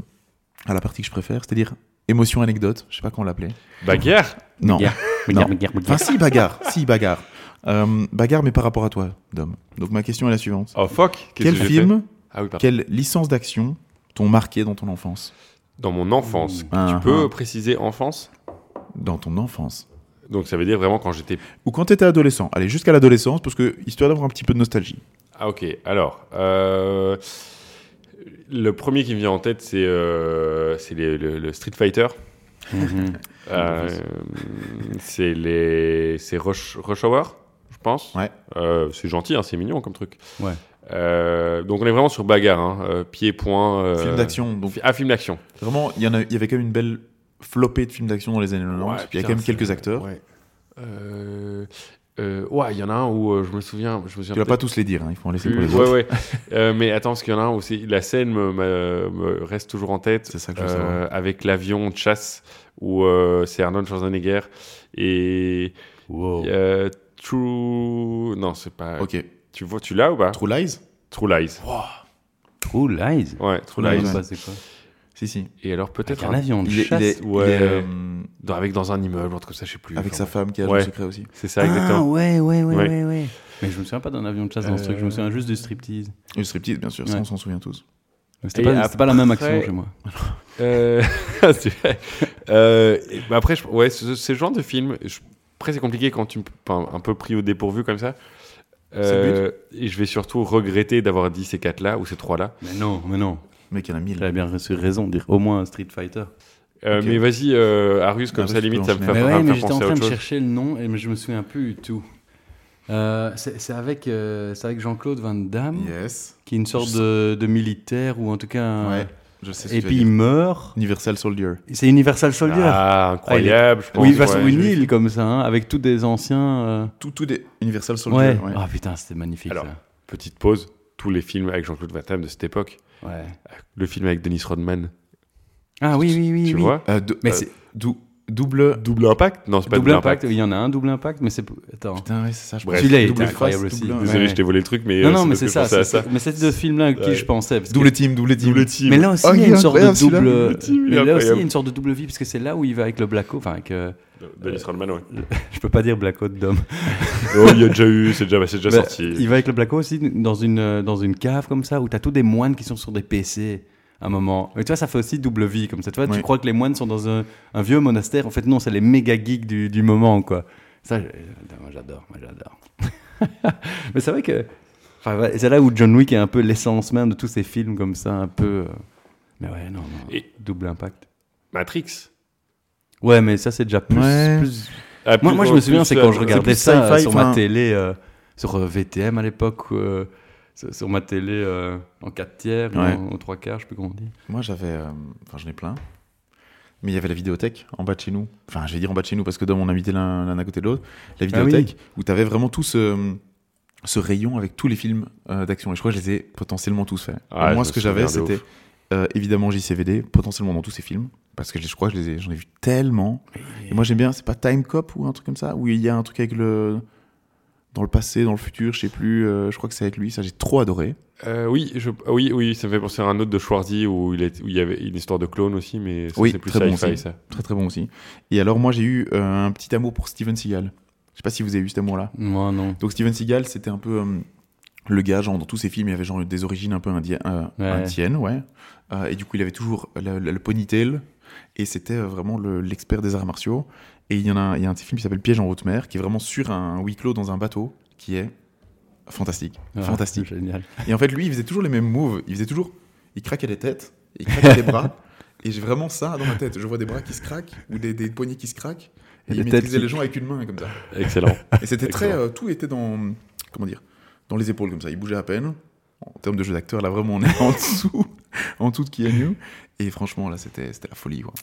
à la partie que je préfère, c'est-à-dire émotion anecdote. Je sais pas comment l'appelait. Bagarre Non. Guerre, Non. guerre, guerre, Enfin, guerre. si, bagarre. si, bagarre. Euh, bagarre, mais par rapport à toi, Dom. Donc, ma question est la suivante. Oh fuck qu'est-ce Quel que j'ai film, fait Ah oui, pardon. quelle licence d'action t'ont marqué dans ton enfance Dans mon enfance. Ah, Tu peux ah. préciser enfance Dans ton enfance. Donc ça veut dire vraiment quand j'étais Ou quand t'étais adolescent. Allez, jusqu'à l'adolescence, parce que, histoire d'avoir un petit peu de nostalgie. Ah ok, alors, euh, le premier qui me vient en tête, c'est euh, c'est les- le, le Street Fighter. (laughs) Mhm. Euh, c'est les c'est Rush, Rush Hour, je pense. Ouais. Euh, c'est gentil, hein, c'est mignon comme truc. Ouais. Euh, donc on est vraiment sur bagarre, hein, euh, pied, poing. euh, Film d'action. Donc, fi- Ah, film d'action. vraiment, il y, en a- il y avait quand même une belle flopée de films d'action dans les années 90. Ouais, il y a putain, quand même c'est- quelques acteurs. Ouais, Euh, euh, ouais, il y en a un où euh, je me souviens. Je me souviens Tu vas peut-être- pas tous les dire, hein, il faut en laisser pour Plus- les Mm. ouais, autres. ouais. Euh, mais attends, parce qu'il y en a un où c'est- la scène me, me- me reste toujours en tête. C'est ça que je veux savoir. Euh, Avec l'avion de chasse, où euh, c'est Arnold Schwarzenegger et Wow. euh, True. Non, c'est pas. Oh. Ok. Tu vois, tu l'as ou pas True Lies True Lies. True Lies Ouais, True True Lies. Lies. Je sais pas, c'est quoi Si, si. Et alors peut-être Avec un un- avion de Il est, chasse. il est- il ouais. est, euh, dans- avec dans un immeuble, un truc comme ça, je sais plus. avec Ah, Enfin, sa femme qui a Ouais. le secret aussi. C'est ça, exactement. ouais, ouais, ouais, Euh. Ouais. ouais. Mais je me souviens pas d'un avion de chasse dans ce truc, je me souviens juste du striptease. Et le striptease, bien sûr, ça Ouais. on s'en souvient tous. Mais C'était Et pas, c'était pas la même action après- chez moi. Euh, (laughs) c'est vrai. Euh, et- mais après, je- ouais, ce, ce genre de film, je- après c'est compliqué quand tu me- enfin, un peu pris au dépourvu comme ça. Euh, et je vais surtout regretter d'avoir dit ces quatre-là ou ces trois-là. Mais non, mais non. Le mec, il y en a mille. J'avais bien reçu raison de dire au moins un Street Fighter. Euh, Ok. Mais vas-y, euh, Arus, comme Ah, ça, vas-y, limite, tu ça peux me fait, ça enchaîner. Mais me ouais, fait mais j'étais en penser à train autre de chose. chercher le nom et je me souviens plus du tout. Euh, c'est c'est avec, euh, c'est avec Jean-Claude Van Damme, Yes. qui est une sorte de, de militaire ou en tout cas. un- Ouais, je sais ce que et tu puis vas il dire. meurt. Universal Soldier. C'est Universal Soldier. Ah, incroyable, je pense. oui, il va sur ouais. une île comme ça, hein, avec tous des anciens. euh, Tout, tout des Universal Soldier. Ouais. ouais. Ah putain, c'était magnifique Alors, Petite pause, tous les films avec Jean-Claude Van Damme de cette époque. ça. Ouais. Le film avec Dennis Rodman. Ah oui, oui, oui. tu oui. vois Euh, dou- Mais euh, c'est- dou- double. Double impact Non, c'est pas Double impact, il y en a un double impact, mais c'est. Attends. Putain, ouais, c'est ça. Je Bref. pense. Celui-là, il Double était face, incroyable double- aussi. ouais. Désolé, je t'ai volé le truc, mais. non, euh, non, c'est mais parce c'est que je ça. pensais à c'est- Mais c'est de ce film-là auquel Ouais. je pensais. parce que- Double team, double team. Double team. Mais là aussi, Oh, il y a il est une sorte incroyable, de celui-là. double. Double team, il est Mais là aussi, il y incroyable. a une sorte de double vie, parce que c'est là où il va avec le Blacko. Enfin, avec. euh, Dennis Rodman, ouais. Je peux pas dire Blacko de Dom. Oh, il y a déjà eu, c'est déjà, c'est déjà Bah, sorti. Il va avec le Blacko aussi dans une, euh, dans une cave comme ça où t'as tous des moines qui sont sur des PC à un moment. Et tu vois, ça fait aussi double vie comme ça. Tu vois, Oui. tu crois que les moines sont dans un, un vieux monastère. En fait, non, c'est les méga geeks du, du moment, quoi. Ça, je- putain, moi j'adore, moi j'adore. (laughs) Mais c'est vrai que. enfin, ouais, c'est là où John Wick est un peu l'essence même de tous ces films comme ça, un peu. euh, Mais ouais, non, non. Et- Double impact. Matrix. Ouais, mais ça, c'est déjà plus. Ouais. plus- Ah, Moi, plus- moi, je en me souviens, plus, c'est euh, quand je plus regardais ça euh, sci-fi, sur enfin. ma télé, euh, sur euh, VTM à l'époque, euh, sur sur ma télé euh, en 4 tiers, ou Ouais. en, en 3 quarts, je sais plus comment on dit. Moi, j'avais. euh, Enfin, j'en ai plein. Mais il y avait la vidéothèque en bas de chez nous. Enfin, je vais dire en bas de chez nous parce que Dom, on habitait l'un l'un à côté de l'autre. La Ah oui. vidéothèque où tu avais vraiment tout ce, ce rayon avec tous les films euh, d'action. Et je crois que je les ai potentiellement tous faits. Ah, Moi, je ce me que j'avais, souviens de c'était euh, évidemment JCVD, potentiellement dans tous ces films. Parce que je je crois que je les ai- j'en ai, vu tellement. Et moi, j'aime bien, c'est pas Time Cop ou un truc comme ça Où il y a un truc avec le. Dans le passé, dans le futur, je sais plus. euh, je crois que c'est avec lui. Ça, j'ai trop adoré. Euh, oui, je- ah oui, oui, ça me fait penser à un autre de Schwarzy où il, est- où il y avait une histoire de clone aussi, mais ça, Oui, c'est plus très bon sci-fi, aussi. ça. Très, très bon aussi. Et alors, moi, j'ai eu euh, un petit amour pour Steven Seagal. Je sais pas si vous avez eu cet amour-là. Moi, non. Donc Steven Seagal, c'était un peu euh, le gars, genre dans tous ses films, il avait genre des origines un peu indien- euh, Ouais. indiennes, ouais. Euh, et du coup, il avait toujours le, le- le ponytail, et c'était euh, vraiment le- l'expert des arts martiaux. Et il y en a, un- il y a un de ses films qui s'appelle Piège en haute mer, qui est vraiment sur un huis clos dans un bateau, qui est fantastique, Ah, (laughs) fantastique. Génial. Et en fait, lui, il faisait toujours les mêmes moves. Il faisait toujours. Il craquait les têtes, il craquait les (laughs) bras. Et j'ai vraiment ça dans ma tête. Je vois des bras qui se craquent ou des, des poignets qui se craquent. Et, Et il des têtes maîtrisait qui- les gens avec une main comme ça. Excellent. (laughs) Et c'était très. Excellent. euh, tout était dans. Comment dire Dans les épaules comme ça. Il bougeait à peine. En termes de jeu d'acteur, là vraiment, on est en dessous. (laughs) en dessous de Keanu. Et franchement, là, c'était c'était la folie. Quoi.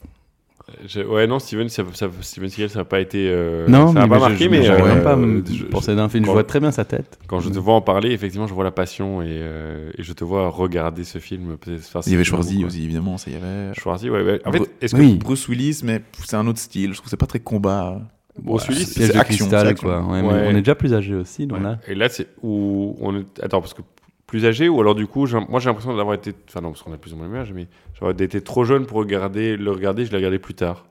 Je- ouais, non, Steven, ça, ça- Steven Seagal, ça n'a pas été. euh, non, ça n'a mais pas je- marqué, je- mais. j'aurais euh, même pas me je- je- pensé d'un film. quand- Je vois très bien sa tête. Quand je te vois en parler, effectivement, je vois la passion et, euh, et je te vois regarder ce film. peut-être faire ce Il y avait film, Schwarzy quoi. aussi, évidemment. Ça, il y avait. Schwarzy, ouais. ouais. En Bru- fait, est-ce que Ah, oui. Bruce Willis, mais pff, c'est un autre style. Je trouve que c'est pas très combat. Bruce Willis, c'est- piège c'est de action, c'est cristal, action. quoi. Ouais, mais Ouais. On est déjà plus âgé aussi, donc Ouais. là. Et là, c'est où on est. Attends, parce que plus âgé ou alors du coup, j'ai- moi j'ai l'impression d'avoir été. Enfin non, parce qu'on a plus ou moins le même âge, mais j'aurais été trop jeune pour regarder, le regarder. Je l'ai regardé plus tard.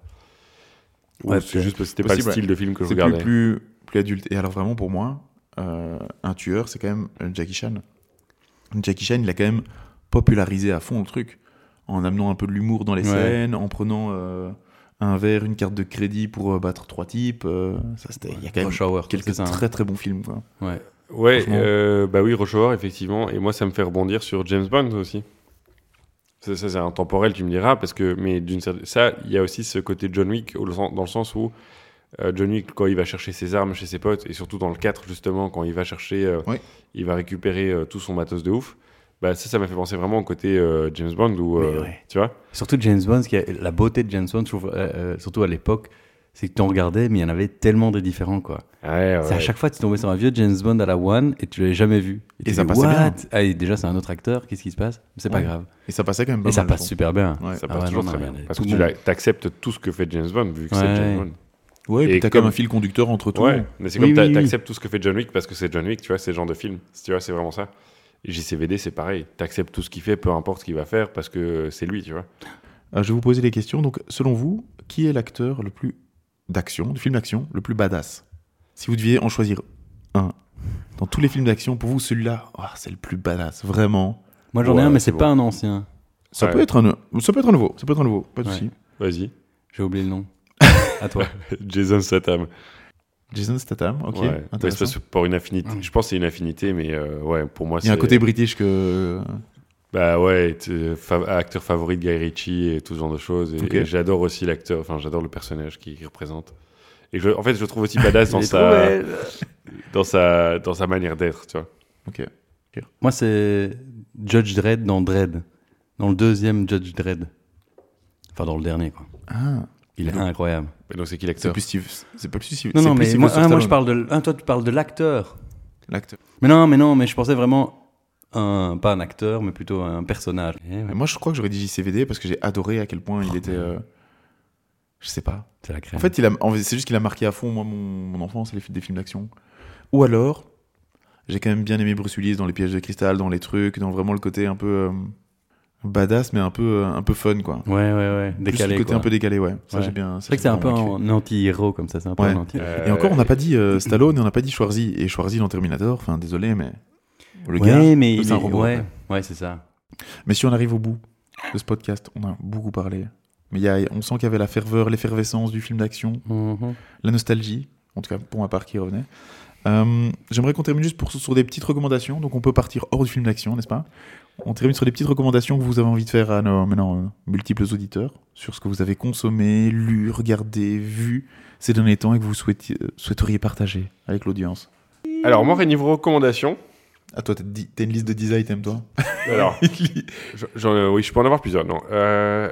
Ou Ouais, c'est juste parce que c'était pas le possible, ouais. style de film que je C'est plus, regardais. plus, plus adulte. Et alors vraiment, pour moi, euh, un tueur, c'est quand même euh, Jackie Chan. Jackie Chan, il a quand même popularisé à fond le truc, en amenant un peu de l'humour dans les Ouais. scènes, en prenant euh, un verre, une carte de crédit pour euh, battre trois types. euh, ça, c'était, il y a quand même Rush Hour, quelques c'est ça, hein. très très bons films. Quoi. Ouais. Ouais, franchement. euh, bah oui, Rush Hour, effectivement. Et moi, ça me fait rebondir sur James Bond aussi. Ça, ça, c'est intemporel, tu me diras, parce que mais d'une certaine, ça, il y a aussi ce côté John Wick au sens- dans le sens où euh, John Wick, quand il va chercher ses armes chez ses potes, et surtout dans le 4 justement, quand il va chercher, euh, Ouais. il va récupérer euh, tout son matos de ouf. Bah ça, ça m'a fait penser vraiment au côté euh, James Bond où Mais euh, ouais. tu vois. Surtout James Bond, ce qui est- la beauté de James Bond, je trouve, euh, euh, surtout à l'époque, c'est que tu en regardais, mais il y en avait tellement des différents, quoi. Ouais, Euh, C'est à chaque fois, tu tombais sur un vieux James Bond à la One et tu l'avais jamais vu. Et tu ça dis, passait bien. What Ah, et déjà, c'est un autre acteur, qu'est-ce qui se passe C'est pas Ouais. grave. Et ça passait quand même pas et ça mal, je passe trouve. super bien. Ouais. Ça Ah passe ouais, toujours non, très non, bien. mais Parce tout que le tu monde. la- t'acceptes tout ce que fait James Bond, vu que c'est Ouais. James Bond. Ouais, et puis Et t'as quand même comme- un fil conducteur entre tout. Ouais, mais c'est Oui, comme t'a- oui, oui. t'acceptes tout ce que fait John Wick parce que c'est John Wick, tu vois, c'est le genre de film. Tu vois, c'est vraiment ça. Et JCVD, c'est pareil. T'acceptes tout ce qu'il fait, peu importe ce qu'il va faire, parce que c'est lui, tu vois. Euh, je vais vous poser des questions. Donc, selon vous, qui est l'acteur le plus d'action, du film d'action, le plus badass Si vous deviez en choisir un, dans tous les films d'action, pour vous, celui-là, oh, c'est le plus badass, vraiment. Moi, j'en ai Ouais, un, mais c'est c'est pas un ancien. Ça, Ouais. peut être un, ça peut être un nouveau, ça peut être un nouveau, pas de Ouais. souci. Vas-y. J'ai oublié le (laughs) nom. à toi. Jason Statham. Jason Statham, ok, Ouais. Mais c'est intéressant. parce que pour une affinité. Je pense que c'est une affinité, mais euh, ouais, pour moi, c'est. Il y a un côté british que. Bah ouais, t'es fa- acteur favori de Guy Ritchie et tout ce genre de choses. Et, Ok. et j'adore aussi l'acteur, enfin, j'adore le personnage qu'il qu'il représente. Et je- en fait, je le trouve aussi (laughs) badass dans, Il est sa, trop belle. dans, sa, dans sa manière d'être, tu vois. Ok. Moi, c'est Judge Dredd dans Dredd. Dans le deuxième Judge Dredd. Enfin, dans le dernier, quoi. Ah, Il est incroyable. Et donc, c'est qui c'est l'acteur plus Steve. C'est pas plus Steve. Non, c'est non, plus mais Sylvester moi, ah, moi, je Stallone, parle de. l- Ah, toi, tu parles de l'acteur. L'acteur. Mais non, mais non, mais je pensais vraiment un, pas un acteur, mais plutôt un personnage. Eh ouais, Moi, je crois que j'aurais dit JCVD parce que j'ai adoré à quel Oh, point il était. euh, Je sais pas. c'est la crème. En fait, il a, en fait, c'est juste qu'il a marqué à fond, moi, mon, mon enfance, les, fi- des films d'action. Ou alors, j'ai quand même bien aimé Bruce Willis dans Les Pièges de Cristal, dans les trucs, dans vraiment le côté un peu euh, badass, mais un peu, euh, un peu fun, quoi. ouais, ouais, ouais. Plus Décalé. le côté quoi. un peu décalé, ouais. Ça, Ouais. j'ai bien. ça, C'est vrai que j'ai c'est un peu vraiment kiffé. un anti-héros comme ça, c'est un peu Ouais. un anti Euh, Et encore, on n'a pas dit (laughs) euh, Stallone et on n'a pas dit Schwarzy. Et Schwarzy dans Terminator, enfin, désolé, mais. Le Ouais, gars, mais il c'est un est- robot, Ouais, ouais. ouais, c'est ça. Mais si on arrive au bout de ce podcast, on a beaucoup parlé. Mais il y a, on sent qu'il y avait la ferveur, l'effervescence du film d'action, la nostalgie, en tout cas pour ma part qui revenait. Euh, J'aimerais qu'on termine juste pour, sur des petites recommandations. Donc on peut partir hors du film d'action, n'est-ce pas On termine sur des petites recommandations que vous avez envie de faire à nos maintenant, euh, multiples auditeurs sur ce que vous avez consommé, lu, regardé, vu ces derniers temps et que vous souhaitiez- euh, souhaiteriez partager avec l'audience. Euh, Alors, moi, au niveau recommandations, Ah toi, t'as dit- t'as une liste de 10 items, toi alors, Je- j'en- euh, oui, je peux en avoir plusieurs. Non. Euh,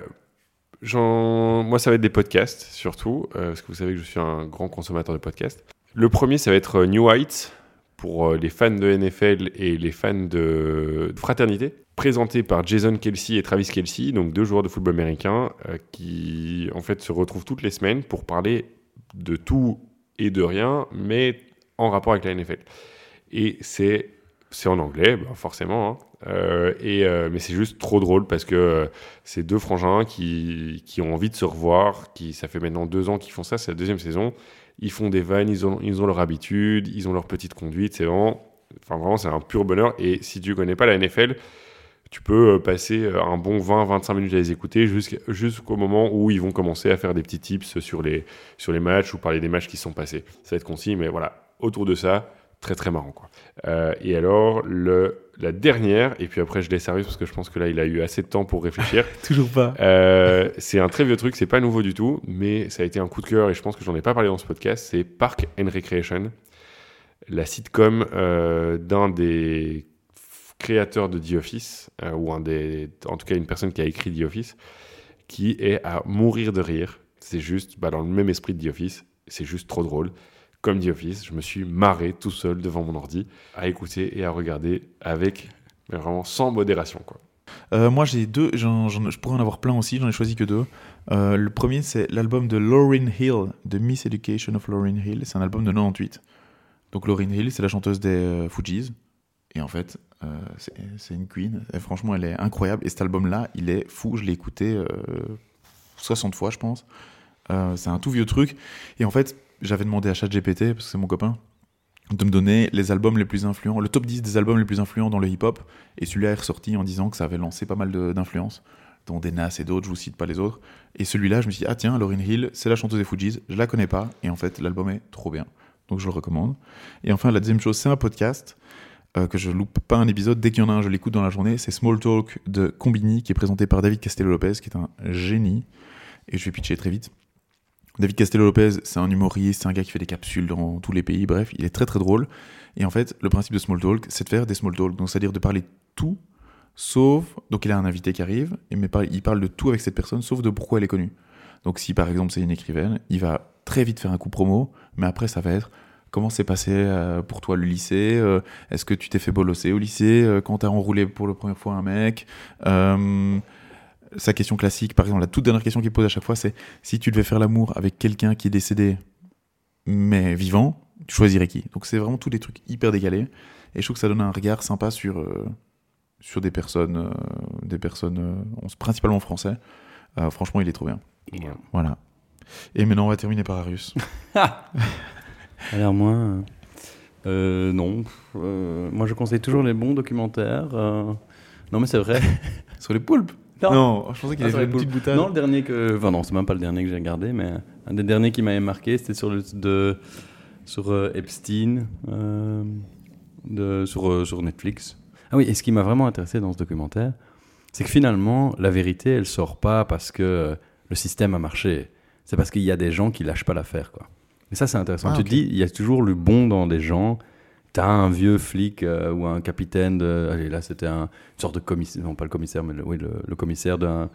j'en- moi, ça va être des podcasts, surtout, euh, parce que vous savez que je suis un grand consommateur de podcasts. Le premier, ça va être euh, New Heights, pour euh, les fans de NFL et les fans de de Fraternité, présenté par Jason Kelsey et Travis Kelsey, donc deux joueurs de football américain, euh, qui, en fait, se retrouvent toutes les semaines pour parler de tout et de rien, mais en rapport avec la NFL. Et c'est c'est en anglais, bah, forcément. hein. Euh, et, euh, mais c'est juste trop drôle parce que euh, c'est deux frangins qui, qui ont envie de se revoir. Qui, ça fait maintenant deux ans qu'ils font ça, c'est la deuxième saison. Ils font des vannes, ils ont, ils ont leur habitude, ils ont leur petite conduite. C'est vraiment, enfin, vraiment c'est un pur bonheur. Et si tu connais pas la NFL, tu peux euh, passer euh, un bon 20-25 minutes à les écouter jusqu'à- jusqu'au moment où ils vont commencer à faire des petits tips sur les, sur les matchs ou parler des matchs qui se sont passés. Ça va être concis, mais voilà, autour de ça, très très marrant. Quoi. Euh, et alors, le, la dernière, et puis après je laisse Arius parce que je pense que là il a eu assez de temps pour réfléchir. (laughs) Toujours pas. Euh, c'est un très vieux truc, c'est pas nouveau du tout, mais ça a été un coup de cœur et je pense que j'en ai pas parlé dans ce podcast. C'est Park and Recreation, la sitcom euh, d'un des f- créateurs de The Office, euh, ou un des, en tout cas une personne qui a écrit The Office, qui est à mourir de rire. C'est juste, bah, dans le même esprit de The Office, c'est juste trop drôle. Comme The Office, je me suis marré tout seul devant mon ordi à écouter et à regarder avec mais vraiment sans modération. Quoi. Euh, moi, j'ai deux. j'en- j'en- je pourrais en avoir plein aussi. J'en ai choisi que deux. Euh, le premier, c'est l'album de Lauryn Hill, de Miss Education of Lauryn Hill. C'est un album de 98. Donc, Lauryn Hill, c'est la chanteuse des euh, Fugees. Et en fait, euh, c'est c'est une queen. Et franchement, elle est incroyable. Et cet album-là, il est fou. Je l'ai écouté euh, 60 fois, je pense. Euh, c'est un tout vieux truc. Et en fait, j'avais demandé à ChatGPT, parce que c'est mon copain, de me donner les albums les plus influents, le top 10 des albums les plus influents dans le hip-hop. Et celui-là est ressorti en disant que ça avait lancé pas mal de- d'influences, dont des Nas et d'autres, je vous cite pas les autres. Et celui-là, je me suis dit, ah tiens, Lauryn Hill, c'est la chanteuse des Fujis, je la connais pas, et en fait, l'album est trop bien. Donc je le recommande. Et enfin, la deuxième chose, c'est un podcast, euh, que je loupe pas un épisode, dès qu'il y en a un, je l'écoute dans la journée, c'est Small Talk de Combini, qui est présenté par David Castello-Lopez, qui est un génie. Et je vais pitcher très vite. David Castello-Lopez, c'est un humoriste, c'est un gars qui fait des capsules dans tous les pays, bref, il est très très drôle. Et en fait, le principe de Small Talk, c'est de faire des Small Talk, donc c'est-à-dire de parler de tout, sauf... Donc il a un invité qui arrive, et mais par- il parle de tout avec cette personne, sauf de pourquoi elle est connue. Donc si par exemple c'est une écrivaine, il va très vite faire un coup promo, mais après ça va être... Comment s'est passé euh, pour toi le lycée Euh, Est-ce que tu t'es fait bolosser au lycée Euh, Quand t'as enroulé pour la première fois un mec Euh, Sa question classique, par exemple, la toute dernière question qu'il pose à chaque fois, c'est si tu devais faire l'amour avec quelqu'un qui est décédé mais vivant, tu choisirais qui Donc c'est vraiment tous des trucs hyper décalés et je trouve que ça donne un regard sympa sur euh, sur des personnes euh, des personnes euh, on s- principalement français. Euh, franchement, il est trop bien. Voilà. Voilà. Et maintenant, on va terminer par Arius. Alors moi, euh, euh, non. pff, euh, moi, je conseille toujours les bons documentaires. euh. Non, mais c'est vrai. sur les poulpes (laughs) Non. je pensais Ah, qu'il avait sur fait une les poulpes. petite boutade. Non, le dernier que. Enfin, non, c'est même pas le dernier que j'ai regardé, mais un des derniers qui m'avait marqué, c'était sur le. De, sur euh, Epstein, euh, de, sur, euh, sur Netflix. Ah oui, et ce qui m'a vraiment intéressé dans ce documentaire, c'est que finalement, la vérité, elle sort pas parce que euh, le système a marché. C'est parce qu'il y a des gens qui lâchent pas l'affaire, quoi. Et ça, c'est intéressant. Ah, tu ok. te dis, il y a toujours le bon dans des gens. T'as un vieux flic euh, ou un capitaine de. Allez, là, c'était un, une sorte de commissaire. Non, pas le commissaire, mais le, oui, le, le commissaire d'un.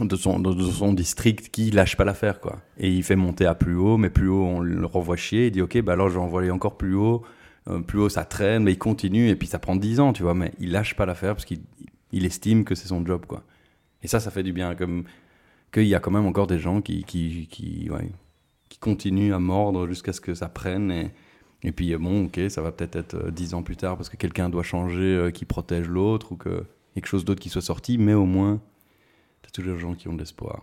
De son, de, de son district qui lâche pas l'affaire quoi et il fait monter à plus haut mais plus haut on le revoit chier il dit ok bah alors je vais envoyer encore plus haut euh, plus haut ça traîne, mais il continue et puis ça prend 10 ans, tu vois, mais il lâche pas l'affaire parce qu'il il estime que c'est son job, quoi. Et ça, ça fait du bien, comme qu'il y a quand même encore des gens qui, qui, qui, ouais, qui continuent à mordre jusqu'à ce que ça prenne et, et puis euh, bon, ok, ça va peut-être être euh, 10 ans plus tard parce que quelqu'un doit changer, euh, qui protège l'autre ou que quelque chose d'autre qui soit sorti, mais au moins, t'as toujours des gens qui ont de l'espoir.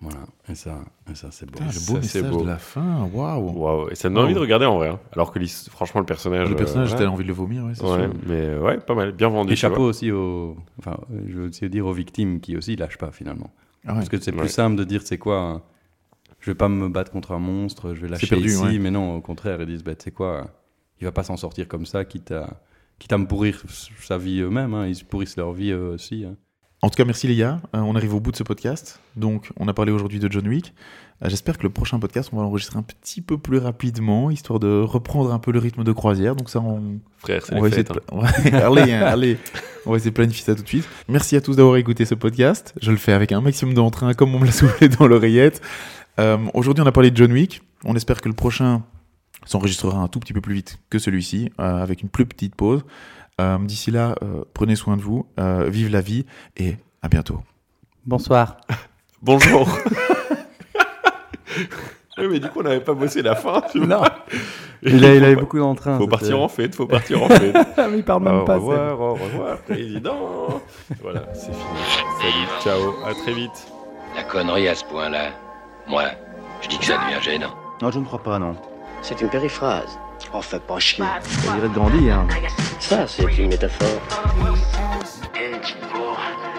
Voilà, et ça, et ça c'est Putain, Ah, beau. le beau Ça, c'est message beau. de la fin, waouh Waouh, et ça donne envie de regarder en vrai. hein. Alors que l'his- franchement, le personnage. Le euh, personnage, ouais. t'as envie de le vomir, ouais, c'est Ouais, sûr. mais euh, ouais, pas mal, bien vendu. Et ça va. chapeau aussi aux, enfin, euh, je veux aussi dire aux victimes qui aussi lâchent pas finalement. Ah ouais. Parce que c'est Ouais. plus simple de dire c'est quoi, hein, je vais pas me battre contre un monstre, je vais lâcher perdu, ici, ouais. mais non, au contraire, ils disent bah, c'est quoi, hein, il va pas s'en sortir comme ça, quitte à, quitte à me pourrir s- sa vie eux-mêmes, hein, ils se pourrissent leur vie eux aussi. hein. En tout cas, merci les gars. Euh, on arrive au bout de ce podcast. Donc, on a parlé aujourd'hui de John Wick. Euh, J'espère que le prochain podcast, on va l'enregistrer un petit peu plus rapidement, histoire de reprendre un peu le rythme de croisière. Donc ça, on, Frère, c'est on va les essayer fêtes. de... pla- Ouais, (laughs) allez, hein, allez. On va essayer de planifier ça tout de suite. Merci à tous d'avoir écouté ce podcast. Je le fais avec un maximum d'entrain, comme on me l'a (laughs) soufflé dans l'oreillette. Euh, Aujourd'hui, on a parlé de John Wick. On espère que le prochain s'enregistrera un tout petit peu plus vite que celui-ci, euh, avec une plus petite pause. Euh, D'ici là, euh, prenez soin de vous, euh, vive la vie et à bientôt. Bonsoir. hein. (laughs) Bonjour Oui, mais du coup, on n'avait pas bossé la fin, tu vois. Non, Et il, a, il faut avait pas- beaucoup d'entrain. Faut c'était- partir en Ah, bah, fête, faut partir (laughs) en fête. il parle même Au pas. c'est- revoir, au revoir, président. Voilà, c'est fini. Salut, ciao, à très vite. La connerie à ce point-là, moi, je dis que ça devient gênant. Non, je ne crois pas, non. C'est une périphrase. Oh, fais pas chier. Ça dirait de grandir, hein. Ça, c'est une métaphore. Edge, boy.